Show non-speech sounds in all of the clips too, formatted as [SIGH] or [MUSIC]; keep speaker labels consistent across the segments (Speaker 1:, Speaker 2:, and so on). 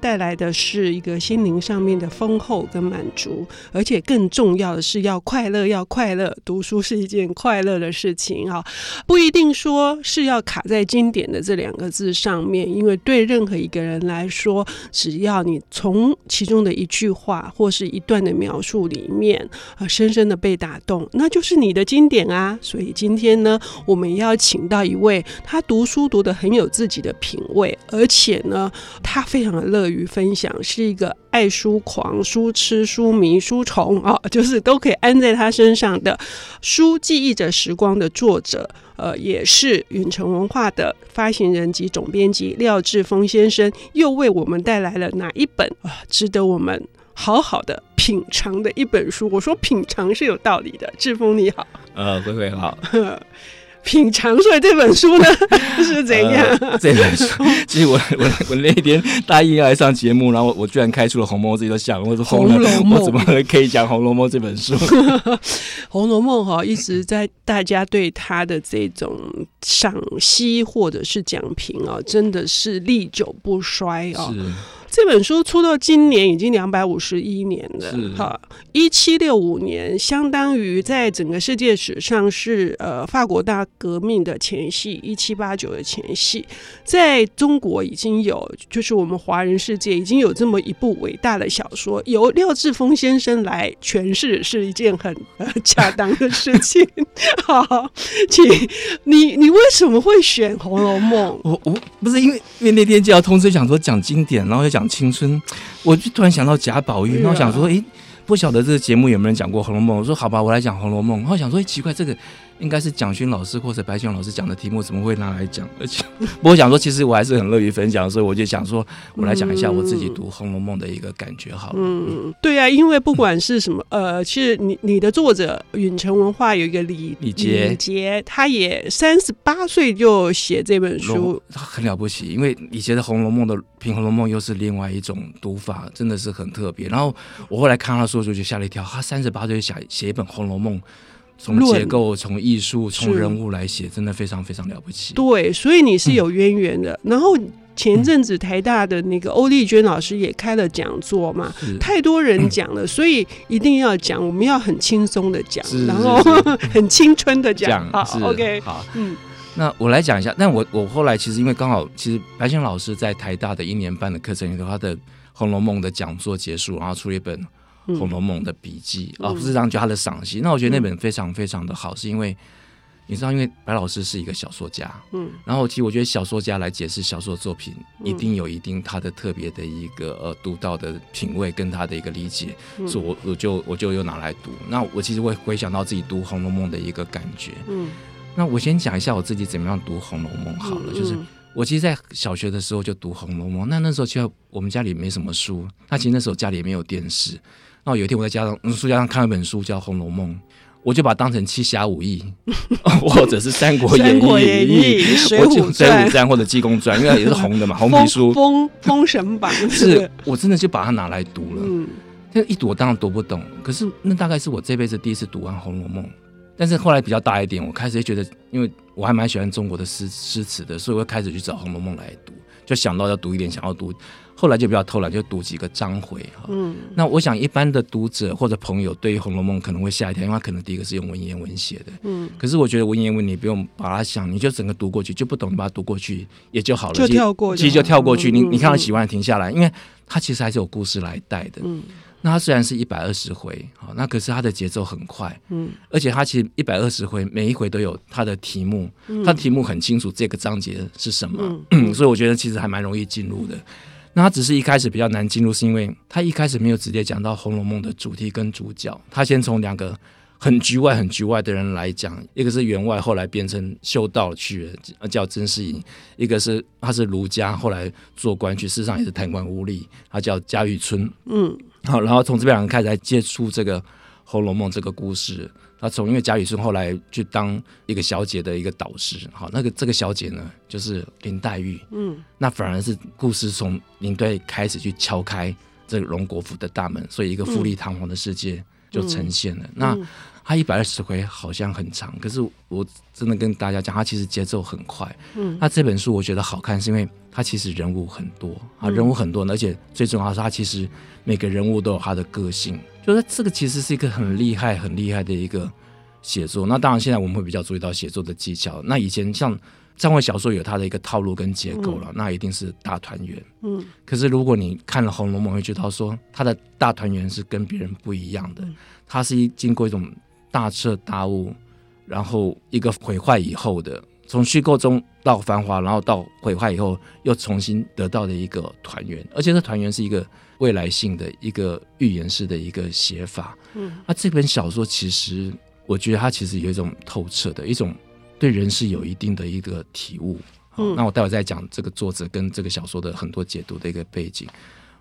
Speaker 1: 带来的是一个心灵上面的丰厚跟满足，而且更重要的是要快乐，要快乐。读书是一件快乐的事情啊，不一定说是要卡在经典的这两个字上面，因为对任何一个人来说，只要你从其中的一句话或是一段的描述里面，呃，深深的被打动，那就是你的经典啊。所以今天呢，我们要请到一位他读书读得很有自己的品味，而且呢，他非常的乐。与分享是一个爱书狂、书痴、书迷、书虫啊，就是都可以安在他身上的书记忆着时光的作者，呃，也是允城文化的发行人及总编辑廖志峰先生，又为我们带来了哪一本啊、呃，值得我们好好的品尝的一本书？我说品尝是有道理的，志峰你好，
Speaker 2: 呃，慧慧 [LAUGHS] 好。
Speaker 1: 品尝，所以这本书呢 [LAUGHS] 是怎样、
Speaker 2: 呃？这 [LAUGHS] 本书，其实我我我那天大一来上节目，然后我居然开出了《红楼梦》，自己都想，我说《红楼梦》我怎么可以讲《红楼梦》这本 [LAUGHS] 书？
Speaker 1: 《红楼梦》哈一直在大家对他的这种赏析或者是讲评啊，真的是历久不衰啊、哦。这本书出到今年已经两百五十一年了，哈，一七六五年，相当于在整个世界史上是呃法国大革命的前夕，一七八九的前夕，在中国已经有，就是我们华人世界已经有这么一部伟大的小说，由廖志峰先生来诠释是一件很呃恰当的事情。 [LAUGHS] 好，请你你为什么会选《红楼梦》
Speaker 2: 我？我我不是因为因为那天就要通知想说讲经典，然后就讲。讲青春，我就突然想到贾宝玉，然后想说，哎、欸，不晓得这个节目有没有人讲过《红楼梦》？我说好吧，我来讲《红楼梦》。然后想说，哎、欸，奇怪，这个应该是蒋勋老师或者白先勇老师讲的题目，怎么会拿来讲？而且， [LAUGHS] 不过想说，其实我还是很乐于分享，所以我就想说，我来讲一下我自己读《红楼梦》的一个感觉好了。
Speaker 1: 嗯，对啊，因为不管是什么，呃，其实你你的作者允城文化有一个李
Speaker 2: 李杰，
Speaker 1: 李杰他也三十八岁就写这本书，
Speaker 2: 他很了不起，因为李杰的《红楼梦》的。《红楼梦》又是另外一种读法，真的是很特别。然后我后来看他说书就吓了一跳，他三十八岁写写一本《红楼梦》，从结构、从艺术、从人物来写，真的非常非常了不起。
Speaker 1: 对，所以你是有渊源的。嗯、然后。前阵子台大的那个欧丽娟老师也开了讲座嘛，太多人讲了， [CLEARS THROAT] 所以一定要讲，我们要很轻松的讲，然后 [LAUGHS] 很青春的讲。好，OK，
Speaker 2: 好，嗯。那我来讲一下，但我我后来其实因为刚好，其实白先老师在台大的一年半的课程里头，他的《红楼梦》的讲座结束，然后出了一本
Speaker 1: 嗯
Speaker 2: 《红楼梦》的笔记啊，不是让就他的赏析。那我觉得那本非常非常的好，是因为你知道，因为白老师是一个小说家，嗯，然后其实我觉得小说家来解释小说作品，一定有一定他的特别的一个呃独到的品味跟他的一个理解，所以我我就我就又拿来读。那我其实会回想到自己读《红楼梦》的一个感觉，嗯。那我先讲一下我自己怎么样读《红楼
Speaker 1: 嗯
Speaker 2: 梦》好了，就是我其实，在小学的时候就读《红楼梦》，那那时候其实我们家里没什么书，那其实那时候家里也没有电视。那有一天我在家上、嗯、书架上看了一本书叫《红楼梦》，我就把它当成《七侠五
Speaker 1: [LAUGHS]
Speaker 2: 义》或者是三國演義《三国演
Speaker 1: 义》《水浒传》
Speaker 2: 或者《济公传》，因为也是红的嘛，红皮
Speaker 1: [LAUGHS]
Speaker 2: 书。
Speaker 1: 封封神榜
Speaker 2: 是我真的就把它拿来读了，嗯、但一读我当然读不懂，可是那大概是我这辈子第一次读完《红楼梦》。但是后来比较大一点，我开始觉得，因为我还蛮喜欢中国的诗诗词的，所以我开始去找《红楼梦》来读，就想到要读一点，想要读，后来就比较偷懒，就读几个章回哈。嗯，那我想一般的读者或者朋友对于《红楼梦》可能会吓一跳，因为他可能第一个是用文言文写的，嗯，可是我觉得文言文你不用把它想，你就整个读过去，就不懂把它读过去也就好了，
Speaker 1: 就跳过
Speaker 2: 就，其实就跳过去，嗯、你你看到喜欢停下来，因为它其实还是有故事来带的，嗯。那它虽然是一百二十回，好，那可是它的节奏很快，嗯，而且它其实一百二十回，每一回都有它的题目，嗯、它的题目很清楚，这个章节是什么、嗯 [CLEARS THROAT] 所以我觉得其实还蛮容易进入的。那它只是一开始比较难进入，是因为它一开始没有直接讲到《红楼梦》的主题跟主角，它先从两个很局外、很局外的人来讲，一个是员外，后来变成修道去了，叫甄士隐；一个是他是儒家，后来做官去，事实上也是贪官污吏，他叫贾雨村，嗯。好，然后从这边两个开始来接触这个《红楼梦》这个故事。那从因为贾雨村后来去当一个小姐的一个导师，好，那个这个小姐呢就是林黛玉，
Speaker 1: 嗯，
Speaker 2: 那反而是故事从林黛玉开始去敲开这个荣国府的大门，所以一个富丽堂皇的世界就呈现了。那
Speaker 1: 嗯
Speaker 2: 它一百二十回好像很长，可是我真的跟大家讲，它其实节奏很快。
Speaker 1: 嗯
Speaker 2: 那这本书我觉得好看，是因为它其实人物很多啊，人物很多，而且最重要的是它其实每个人物都有他的个性，就是这个其实是一个很厉害、很厉害的一个写作。那当然，现在我们会比较注意到写作的技巧。那以前像战外小说有它的一个套路跟结构了，那一定是大团圆。
Speaker 1: 嗯
Speaker 2: 可是如果你看了《红楼梦》，会觉得说它的大团圆是跟别人不一样的，它是一经过一种大彻大悟，然后一个毁坏以后的，从虚构中到繁华，然后到毁坏以后又重新得到的一个团圆，而且这团圆是一个未来性的一个预言式的一个写法。
Speaker 1: 嗯
Speaker 2: 那这本小说其实，我觉得它其实有一种透彻的一种对人是有一定的一个体悟。好
Speaker 1: 嗯
Speaker 2: 那我待会再讲这个作者跟这个小说的很多解读的一个背景。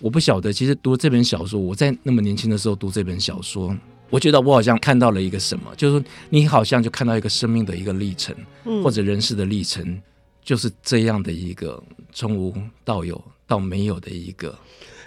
Speaker 2: 我不晓得，其实读这本小说，我在那么年轻的时候读这本小说，我觉得我好像看到了一个什么，就是说你好像就看到一个生命的一个历程，
Speaker 1: 嗯，
Speaker 2: 或者人世的历程，就是这样的一个从无到有到没有的一个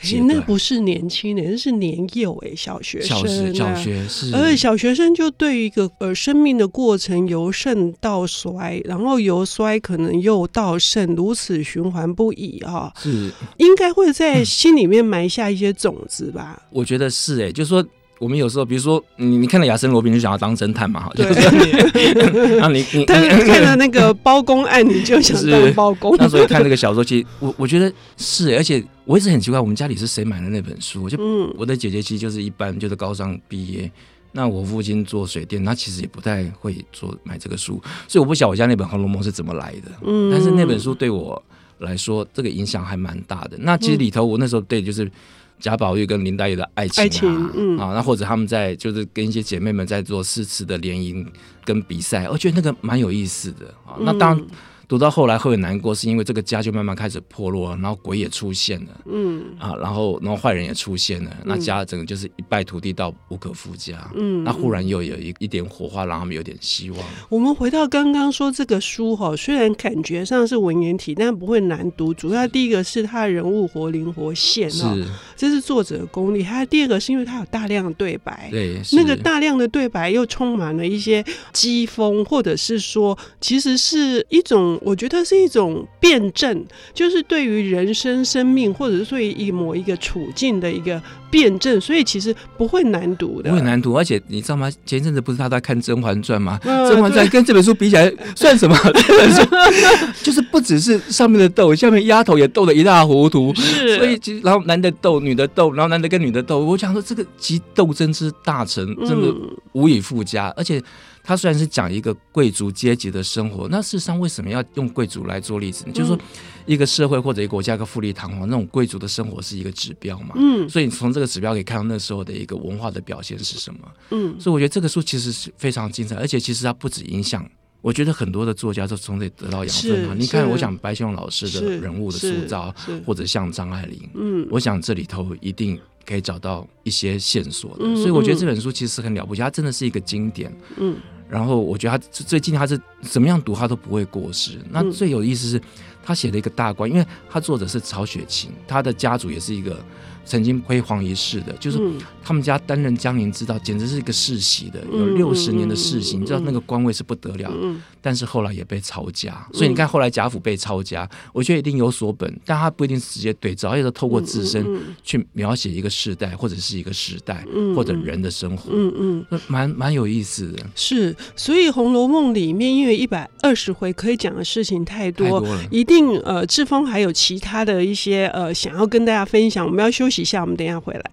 Speaker 1: 诶
Speaker 2: 阶段。
Speaker 1: 那不是年轻人，那是年幼哎、小学生、
Speaker 2: 小
Speaker 1: 啊、哎
Speaker 2: 学，小学是，
Speaker 1: 而且小学生就对于一个呃生命的过程由盛到衰，然后由衰可能又到盛，如此循环不已啊、
Speaker 2: 是
Speaker 1: 应该会在心里面埋下一些种子
Speaker 2: [LAUGHS]
Speaker 1: 吧。
Speaker 2: 我觉得是哎、就是说我们有时候，比如说你你看了亚森罗宾就想要当侦探嘛，哈，就
Speaker 1: 对
Speaker 2: 是说
Speaker 1: [LAUGHS]
Speaker 2: 你，然后你你
Speaker 1: 但是看了那个包公案，你就想当包公。
Speaker 2: [LAUGHS] 那时候看这个小说，其实我我觉得是欸、而且我一直很奇怪，我们家里是谁买的那本书？我就
Speaker 1: 嗯
Speaker 2: 我的姐姐其实就是一般就是高商毕业，那我父亲做水电，他其实也不太会做买这个书，所以我不晓得我家那本《红楼梦》是怎么来的。
Speaker 1: 嗯，
Speaker 2: 但是那本书对我来说，这个影响还蛮大的。那其实里头我那时候对就是贾宝玉跟林黛玉的爱情啊，
Speaker 1: 爱情嗯
Speaker 2: 啊，那或者他们在就是跟一些姐妹们在做诗词的联姻跟比赛，我觉得那个蛮有意思的啊。那当然读到后来会很难过，是因为这个家就慢慢开始破落，然后鬼也出现了。
Speaker 1: 嗯
Speaker 2: 啊，然后然后坏人也出现了，那家整个就是一败涂地到无可复加。
Speaker 1: 嗯，
Speaker 2: 那忽然又有一一点火花，让他们有点希望。
Speaker 1: 我们回到刚刚说这个书哈，虽然感觉上是文言体，但不会难读。主要第一个是它的人物活灵活现哦，
Speaker 2: 是，
Speaker 1: 这是作者的功力。它第二个是因为它有大量的对白，
Speaker 2: 对，是
Speaker 1: 那个大量的对白又充满了一些讥讽，或者是说，其实是一种，我觉得是一种辩证，就是对于人生、生命，或者是对于一某一个处境的一个辩证，所以其实不会难读的。
Speaker 2: 不很难读，而且你知道吗？前一阵子不是他在看《甄嬛传》吗？
Speaker 1: 嗯
Speaker 2: 《甄嬛传》跟这本书比起来算什么？ [LAUGHS] 这本书就是不只是上面的斗，下面丫头也斗得一塌糊涂。
Speaker 1: 是
Speaker 2: 所以其实然后男的斗，女的斗，然后男的跟女的斗。我想说，这个集斗争之大成，真的
Speaker 1: 嗯
Speaker 2: 无以复加。而且他虽然是讲一个贵族阶级的生活，那事实上为什么要用贵族来做例子
Speaker 1: 嗯
Speaker 2: 呢？就是说，一个社会或者一个国家一个富丽堂皇，那种贵族的生活是一个指标嘛。
Speaker 1: 嗯
Speaker 2: 所以你从这个指标可以看到那时候的一个文化的表现是什么。
Speaker 1: 嗯
Speaker 2: 所以我觉得这个书其实是非常精彩，而且其实它不止影响，我觉得很多的作家都从这里得到养分嘛。
Speaker 1: 是
Speaker 2: 你看，
Speaker 1: 是
Speaker 2: 我想白先勇老师的
Speaker 1: 是
Speaker 2: 人物的
Speaker 1: 是
Speaker 2: 塑造
Speaker 1: 是，
Speaker 2: 或者像张爱玲，
Speaker 1: 嗯
Speaker 2: 我想这里头一定可以找到一些线索的。
Speaker 1: 嗯
Speaker 2: 所以我觉得
Speaker 1: 嗯
Speaker 2: 这本书其实很了不起，它真的是一个经典。
Speaker 1: 嗯
Speaker 2: 然后我觉得他最近他是怎么样读他都不会过时。
Speaker 1: 嗯
Speaker 2: 那最有意思是，他写了一个大观，因为他作者是曹雪芹，他的家族也是一个曾经辉煌一世的，就是
Speaker 1: 嗯
Speaker 2: 他们家担任江宁之道，简直是一个世袭的，
Speaker 1: 嗯
Speaker 2: 有六十年的世袭，
Speaker 1: 嗯嗯
Speaker 2: 你知道那个官位是不得了的。
Speaker 1: 嗯
Speaker 2: 但是后来也被抄家，所以你看后来贾府被抄家，我觉得一定有所本，但他不一定是直接对照，而且透过自身
Speaker 1: 嗯
Speaker 2: 去描写一个世代或者是一个时代
Speaker 1: 嗯
Speaker 2: 或者人的生活，
Speaker 1: 嗯嗯，
Speaker 2: 那蛮蛮有意思的，
Speaker 1: 是，所以《红楼梦》里面因为一百二十回可以讲的事情太
Speaker 2: 太
Speaker 1: 多，
Speaker 2: 多了。
Speaker 1: 一定呃，志峰还有其他的一些呃想要跟大家分享，我们要休息一下，我们等一下回来。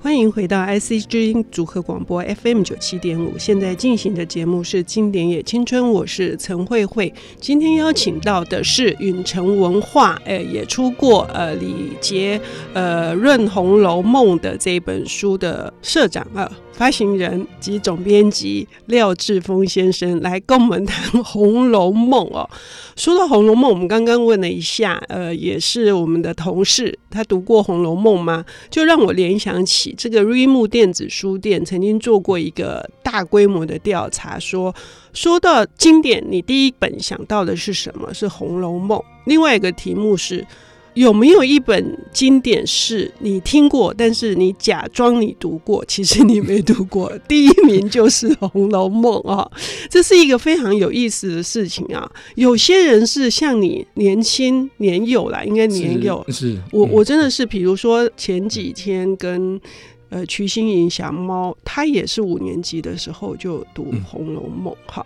Speaker 1: 欢迎回到 IC 之音组合广播 FM 九七点五，现在进行的节目是《经典也青春》，我是陈慧慧。今天邀请到的是允城文化，呃，也出过呃李杰呃《润红楼梦》的这一本书的社长啊、呃发行人及总编辑廖志峰先生来跟我们谈《红楼梦》哦。说到《红楼梦》，我们刚刚问了一下，呃，也是我们的同事，他读过《红楼梦》吗？就让我联想起这个瑞木电子书店曾经做过一个大规模的调查，说说到经典，你第一本想到的是什么？是《红楼梦》。另外一个题目是。有没有一本经典是你听过，但是你假装你读过，其实你没读过？ [LAUGHS] 第一名就是《红楼梦》啊，这是一个非常有意思的事情啊。有些人是像你年轻年幼啦，应该年幼。
Speaker 2: 是嗯
Speaker 1: 我我真的是，比如说前几天跟呃瞿欣莹小猫，她也是五年级的时候就读《红楼梦》哈。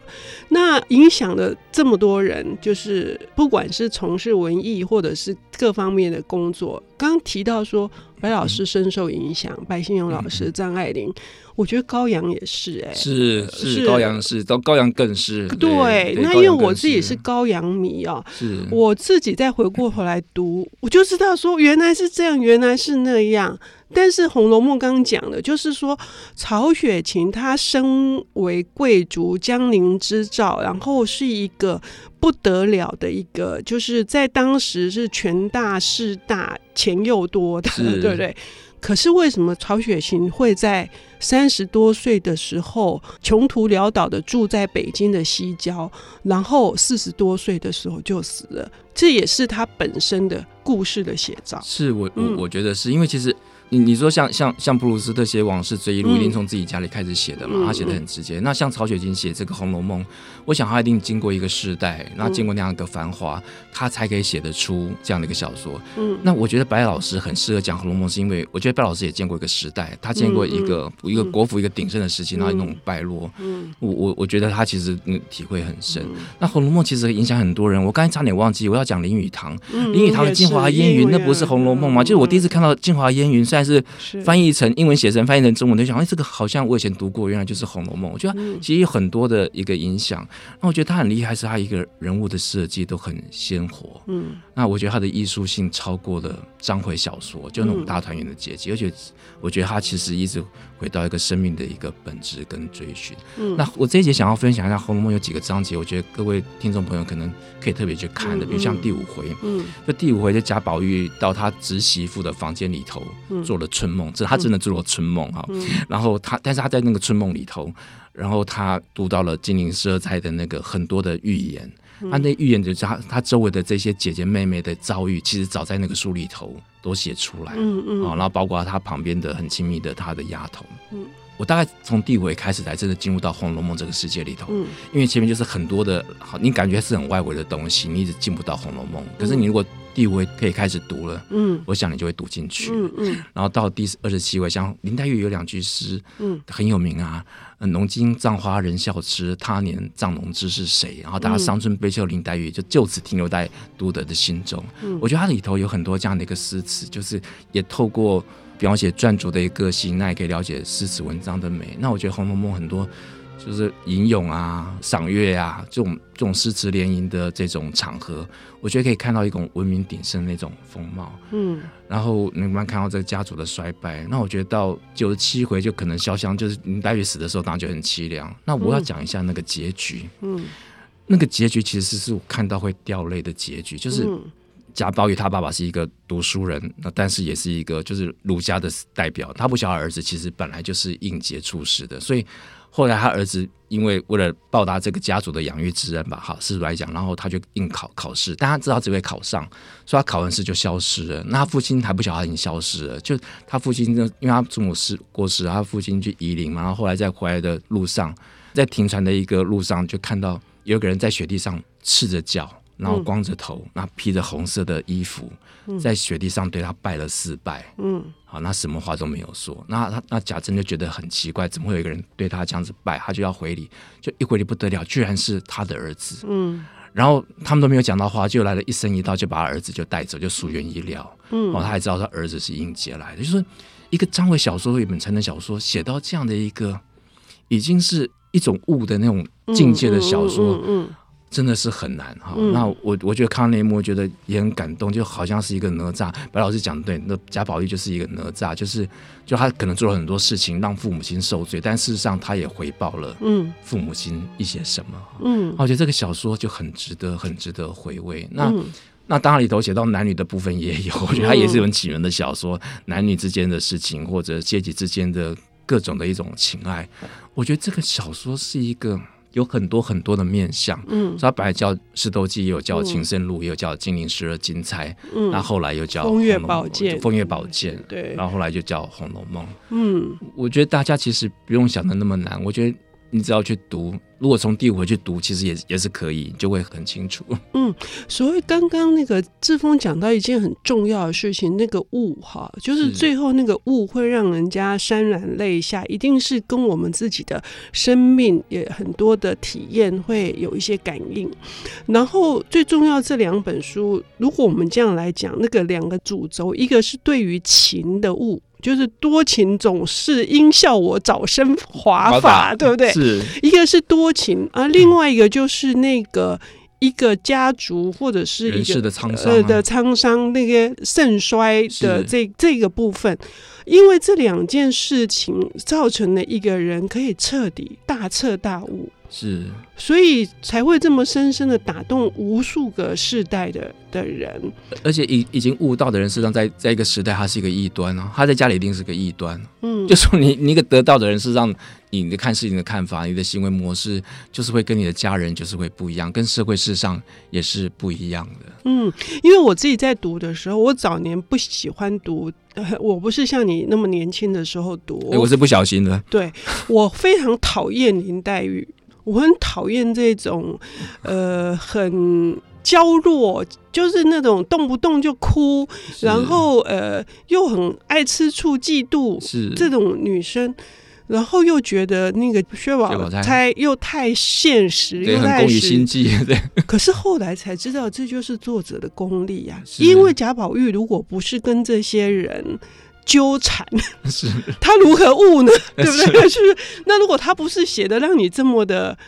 Speaker 1: 那影响了这么多人，就是不管是从事文艺或者是各方面的工作。刚刚提到说白老师深受影响，白先勇老师、张爱玲，我觉得高阳也嗯是哎、
Speaker 2: 是
Speaker 1: 是
Speaker 2: 是高阳是，到高阳更是
Speaker 1: 对，那因为我自己是高阳迷哦、
Speaker 2: 是
Speaker 1: 我自己再回过头来读，我就知道说原来是这样，原来是那样。但是《红楼梦》刚刚讲的，就是说曹雪芹他身为贵族江宁织造，然后是一个不得了的一个，就是在当时是权大势大、钱又多的，
Speaker 2: 是
Speaker 1: 对不对？可是为什么曹雪芹会在三十多岁的时候穷途潦倒的住在北京的西郊，然后四十多岁的时候就死了？这也是他本身的故事的写照。
Speaker 2: 是我我
Speaker 1: 嗯
Speaker 2: 我觉得是因为其实你你说像像像普鲁斯特写《往事追忆录》，
Speaker 1: 嗯
Speaker 2: 一定从自己家里开始写的嘛，
Speaker 1: 嗯
Speaker 2: 他写的很直接。那像曹雪芹写这个《红楼梦》，我想他一定经过一个世代，然后经过那样的繁华，他才可以写得出这样的一个小说。
Speaker 1: 嗯，
Speaker 2: 那我觉得白老师很适合讲《红楼梦》，是因为我觉得白老师也见过一个时代，他见过一个、一个国府一个鼎盛的时期，然后那种败落。
Speaker 1: 嗯
Speaker 2: 我我我觉得他其实嗯体会很深。那《红楼梦》其实影响很多人，我刚才差点忘记我要讲林语堂，
Speaker 1: 嗯
Speaker 2: 林语堂的《镜华烟云》那不是《红楼梦》吗？就是我第一次看到《镜华烟云》，虽然是翻
Speaker 1: 译
Speaker 2: 译成英文写成翻译成中文，就想，哎，这个好像我以前读过，原来就是《红楼梦》。我觉得
Speaker 1: 嗯
Speaker 2: 其实有很多的一个影响。那我觉得他很厉害，是他一个人物的设计都很鲜活。
Speaker 1: 嗯
Speaker 2: 那我觉得他的艺术性超过了章回小说，就那
Speaker 1: 嗯
Speaker 2: 种大团圆的结局。而且我觉得他其实一直回到一个生命的一个本质跟追寻。
Speaker 1: 嗯
Speaker 2: 那我这一节想要分享一下《红楼梦》有几个章节，我觉得各位听众朋友可能可以特别去看的，比如像第五回。
Speaker 1: 嗯
Speaker 2: 就第五回，就贾宝玉到他侄媳妇的房间里头
Speaker 1: 嗯
Speaker 2: 做了春梦，这他真的做了春梦哈。
Speaker 1: 嗯
Speaker 2: 然后他，但是他在那个春梦里头，然后他读到了金陵十二钗的那个很多的预言。
Speaker 1: 嗯
Speaker 2: 他啊那预言就是他他周围的这些姐姐妹妹的遭遇，其实早在那个书里头都写出来。
Speaker 1: 嗯嗯
Speaker 2: 啊，然后包括他旁边的很亲密的他的丫头。
Speaker 1: 嗯
Speaker 2: 我大概从第五回开始才真的进入到《红楼梦》这个世界里头。
Speaker 1: 嗯
Speaker 2: 因为前面就是很多的好，你感觉是很外围的东西，你一直进不到《红楼梦》。可是你如果第五回可以开始读了，
Speaker 1: 嗯
Speaker 2: 我想你就会读进去。
Speaker 1: 嗯嗯
Speaker 2: 然后到第二十七回，像林黛玉有两句诗，
Speaker 1: 嗯，
Speaker 2: 很有名啊，“呃浓今葬花人笑痴，他年葬侬知是谁？”然
Speaker 1: 嗯
Speaker 2: 后大家伤春悲秋，林黛玉就就此停留在读者的心中。我觉得它里头有很多这样的一个诗词，就是也透过描写撰主的一个性，那也可以了解诗词文章的美。那我觉得《红楼梦》很多。就是吟咏啊、赏月啊这种这种诗词联吟的这种场合，我觉得可以看到一种文明鼎盛的那种风貌。
Speaker 1: 嗯
Speaker 2: 然后你慢慢看到这个家族的衰败。那我觉得到九十七回就可能潇湘就是林黛玉死的时候，当然就很凄凉。那我要讲一下那个结局，
Speaker 1: 嗯，
Speaker 2: 那个结局其实是我看到会掉泪的结局，就是
Speaker 1: 嗯
Speaker 2: 贾宝玉他爸爸是一个读书人，那但是也是一个就是儒家的代表。他不晓得儿子其实本来就是应节出仕的，所以后来他儿子因为为了报答这个家族的养育之恩吧，哈，世俗来讲，然后他就应考考试，但他知道只会考上，所以他考完试就消失了。那他父亲还不晓得他已经消失了，就他父亲就因为他祖母是过世，他父亲去夷陵嘛，然后后来在回来的路上，在停船的一个路上就看到有个人在雪地上赤着脚。然后光着头，那披着红色的衣服，在雪地上对他拜了四拜。
Speaker 1: 嗯
Speaker 2: 好，那什么话都没有说。那他那贾珍就觉得很奇怪，怎么会有一个人对他这样子拜，他就要回礼，就一回礼不得了，居然是他的儿子。
Speaker 1: 嗯
Speaker 2: 然后他们都没有讲到话，就来了一生一道，就把他儿子就带走，就疏远医疗。
Speaker 1: 嗯
Speaker 2: 哦，他还知道他儿子是应节来的，就是说一个章回小说、一本成人小说写到这样的一个，已经是一种物的那种境界的小说，
Speaker 1: 嗯
Speaker 2: 真的是很难哈、
Speaker 1: 嗯
Speaker 2: 那我我觉得看到那一幕，我觉得也很感动，就好像是一个哪吒。白老师讲得对，那贾宝玉就是一个哪吒，就是就他可能做了很多事情让父母亲受罪，但事实上他也回报了
Speaker 1: 嗯
Speaker 2: 父母亲一些什么。哈
Speaker 1: 嗯
Speaker 2: 我觉得这个小说就很值得，很值得回味。那、
Speaker 1: 嗯
Speaker 2: 那当然里头写到男女的部分
Speaker 1: [LAUGHS]
Speaker 2: 也有，我觉得它也是很启人的小说，男女之间的事情或者阶级之间的各种的一种情爱。我觉得这个小说是一个有很多很多的面相。
Speaker 1: 嗯
Speaker 2: 所以它本来叫《石头记》，也有叫
Speaker 1: 嗯
Speaker 2: 《情圣录》，也有叫《金陵十二金钗》
Speaker 1: 嗯，
Speaker 2: 那后来又叫《
Speaker 1: 风月
Speaker 2: 红楼梦
Speaker 1: 宝剑
Speaker 2: 风月宝剑，
Speaker 1: 对，
Speaker 2: 然后后来就叫《红楼梦》。
Speaker 1: 嗯
Speaker 2: 我觉得大家其实不用想的那么难，我觉得你只要去读，如果从第五回去读，其实也也是可以，就会很清楚。
Speaker 1: 所以刚刚那个志峰讲到一件很重要的事情，那个悟哈，就是
Speaker 2: 是
Speaker 1: 最后那个悟会让人家潸然泪下，一定是跟我们自己的生命也很多的体验会有一些感应。然后最重要这两本书，如果我们这样来讲，那个两个主轴，一个是对于情的悟。就是多情总是应笑我早生华发，对不对？
Speaker 2: 是，
Speaker 1: 一个是多情啊，另外一个就是那个一个家族或者是一
Speaker 2: 人世
Speaker 1: 个
Speaker 2: 的沧桑、
Speaker 1: 呃
Speaker 2: 啊
Speaker 1: 的沧桑，那个盛衰的
Speaker 2: 是
Speaker 1: 这这个部分，因为这两件事情造成了一个人可以彻底大彻大悟，
Speaker 2: 是
Speaker 1: 所以才会这么深深的打动无数个世代的的人。
Speaker 2: 而且已已经悟到的人，事实上在在一个时代，他是一个异端啊，他在家里一定是个异端。哦
Speaker 1: 嗯，
Speaker 2: 就说你你一个得到的人，事实上你的看事情的看法，你的行为模式，就是会跟你的家人就是会不一样，跟社会事实上也是不一样的。
Speaker 1: 嗯，因为我自己在读的时候，我早年不喜欢读，呃我不是像你那么年轻的时候读，
Speaker 2: 诶我是不小心的，
Speaker 1: 对我非常讨厌林黛玉，我很讨厌这种，呃，很娇弱，就是那种动不动就哭，
Speaker 2: 是
Speaker 1: 然后呃又很爱吃醋、嫉妒
Speaker 2: 是
Speaker 1: 这种女生。然后又觉得那个薛
Speaker 2: 薛
Speaker 1: 宝
Speaker 2: 宝钗
Speaker 1: 钗又太现实，
Speaker 2: 对
Speaker 1: 又
Speaker 2: 很
Speaker 1: 太
Speaker 2: 工于
Speaker 1: 实
Speaker 2: 心计， [LAUGHS] 对
Speaker 1: 可是后来才知道，这就是作者的功力呀、
Speaker 2: 是
Speaker 1: 因为贾宝玉如果不是跟这些人纠缠，
Speaker 2: 是
Speaker 1: 他如何悟呢？对不对？就是那如果他不是写的让你这么的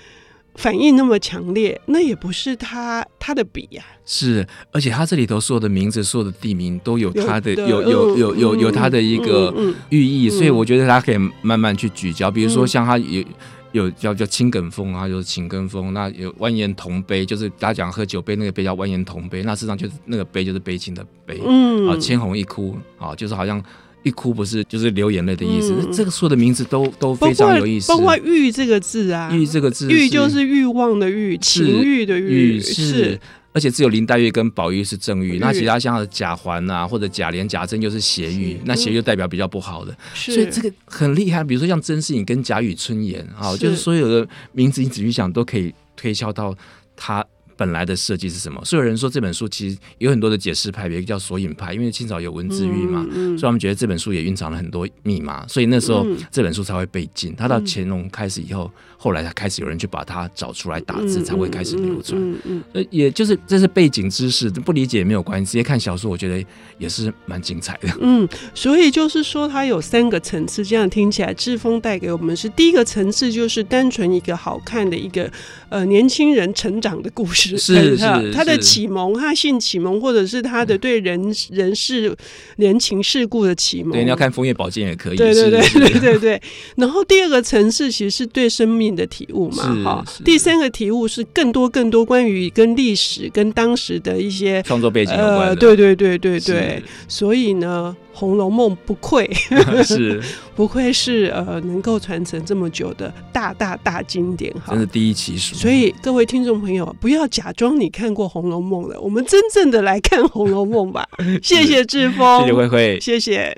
Speaker 1: 反应那么强烈，那也不是他他的笔呀、
Speaker 2: 是，而且他这里头所有的名字、所有的地名都有
Speaker 1: 有
Speaker 2: 他的
Speaker 1: 的
Speaker 2: 有有
Speaker 1: 嗯
Speaker 2: 有有有他的一个
Speaker 1: 嗯嗯
Speaker 2: 寓意，所以
Speaker 1: 嗯
Speaker 2: 我觉得他可以慢慢去聚焦，比如说
Speaker 1: 嗯
Speaker 2: 像他有。有叫叫青梗风啊，就是情根风。那有万言同杯，就是大家讲喝酒杯那个杯叫万言同杯。那事实上就是那个杯就是悲情的悲。
Speaker 1: 嗯
Speaker 2: 啊，千红一哭啊，就是好像一哭不是就是流眼泪的意思。
Speaker 1: 嗯
Speaker 2: 这个所有的名字都都
Speaker 1: 包
Speaker 2: 非
Speaker 1: 括
Speaker 2: 常有意思。
Speaker 1: 包括“欲”这个字啊，
Speaker 2: 欲这个字，
Speaker 1: 欲就是欲望的欲，情欲的
Speaker 2: 玉
Speaker 1: 是
Speaker 2: 是。而且只有林黛玉跟宝玉是正
Speaker 1: 玉
Speaker 2: 玉，那其他像贾环啊或者贾琏、贾珍就是邪
Speaker 1: 是
Speaker 2: 玉，那邪玉就代表比较不好的，
Speaker 1: 是，
Speaker 2: 所以这个很厉害。比如说像甄士隐跟贾雨村演啊，
Speaker 1: 是
Speaker 2: 就是所有的名字你仔细想都可以推敲到他本来的设计是什么。所以有人说这本书其实有很多的解释派，有一个叫索引派，因为清朝有文字狱嘛，
Speaker 1: 嗯，嗯
Speaker 2: 所以他们觉得这本书也蕴藏了很多密码，所以那时候
Speaker 1: 嗯
Speaker 2: 这本书才会被禁。他到
Speaker 1: 嗯
Speaker 2: 乾隆开始以后，后来才开始有人去把它找出来打字，
Speaker 1: 嗯
Speaker 2: 才会开始流传。
Speaker 1: 嗯嗯
Speaker 2: 呃，也就是这是背景知识，不理解也没有关系。直接看小说，我觉得也是蛮精彩的。
Speaker 1: 嗯，所以就是说，它有三个层次。这样听起来，志峰带给我们是第一个层次，就是单纯一个好看的一个呃年轻人成长的故事，
Speaker 2: 是
Speaker 1: 他
Speaker 2: 是
Speaker 1: 他的
Speaker 2: 是
Speaker 1: 启蒙，他性启蒙，或者是他的对人人事人情世故的启蒙。
Speaker 2: 对，你要看《枫叶宝剑》也可以。
Speaker 1: 对对对
Speaker 2: 是
Speaker 1: 对对对。然后第二个层次其实是对生命的体悟嘛，
Speaker 2: 是
Speaker 1: 哈
Speaker 2: 是。
Speaker 1: 第三个体悟是更多更多关于跟历史、跟当时的一些
Speaker 2: 创作背景有关的。
Speaker 1: 呃，对对对对对
Speaker 2: 是。，
Speaker 1: 所以呢，《红楼梦》不愧 [LAUGHS]
Speaker 2: 是， [LAUGHS]
Speaker 1: 不愧是呃能够传承这么久的大大大经典哈
Speaker 2: 真。是第一奇书。
Speaker 1: 所以各位听众朋友，不要假装你看过《红 [LAUGHS] 楼梦》了，我们真正的来看《红楼梦》吧。谢谢志峰，
Speaker 2: 谢谢慧慧。
Speaker 1: 谢谢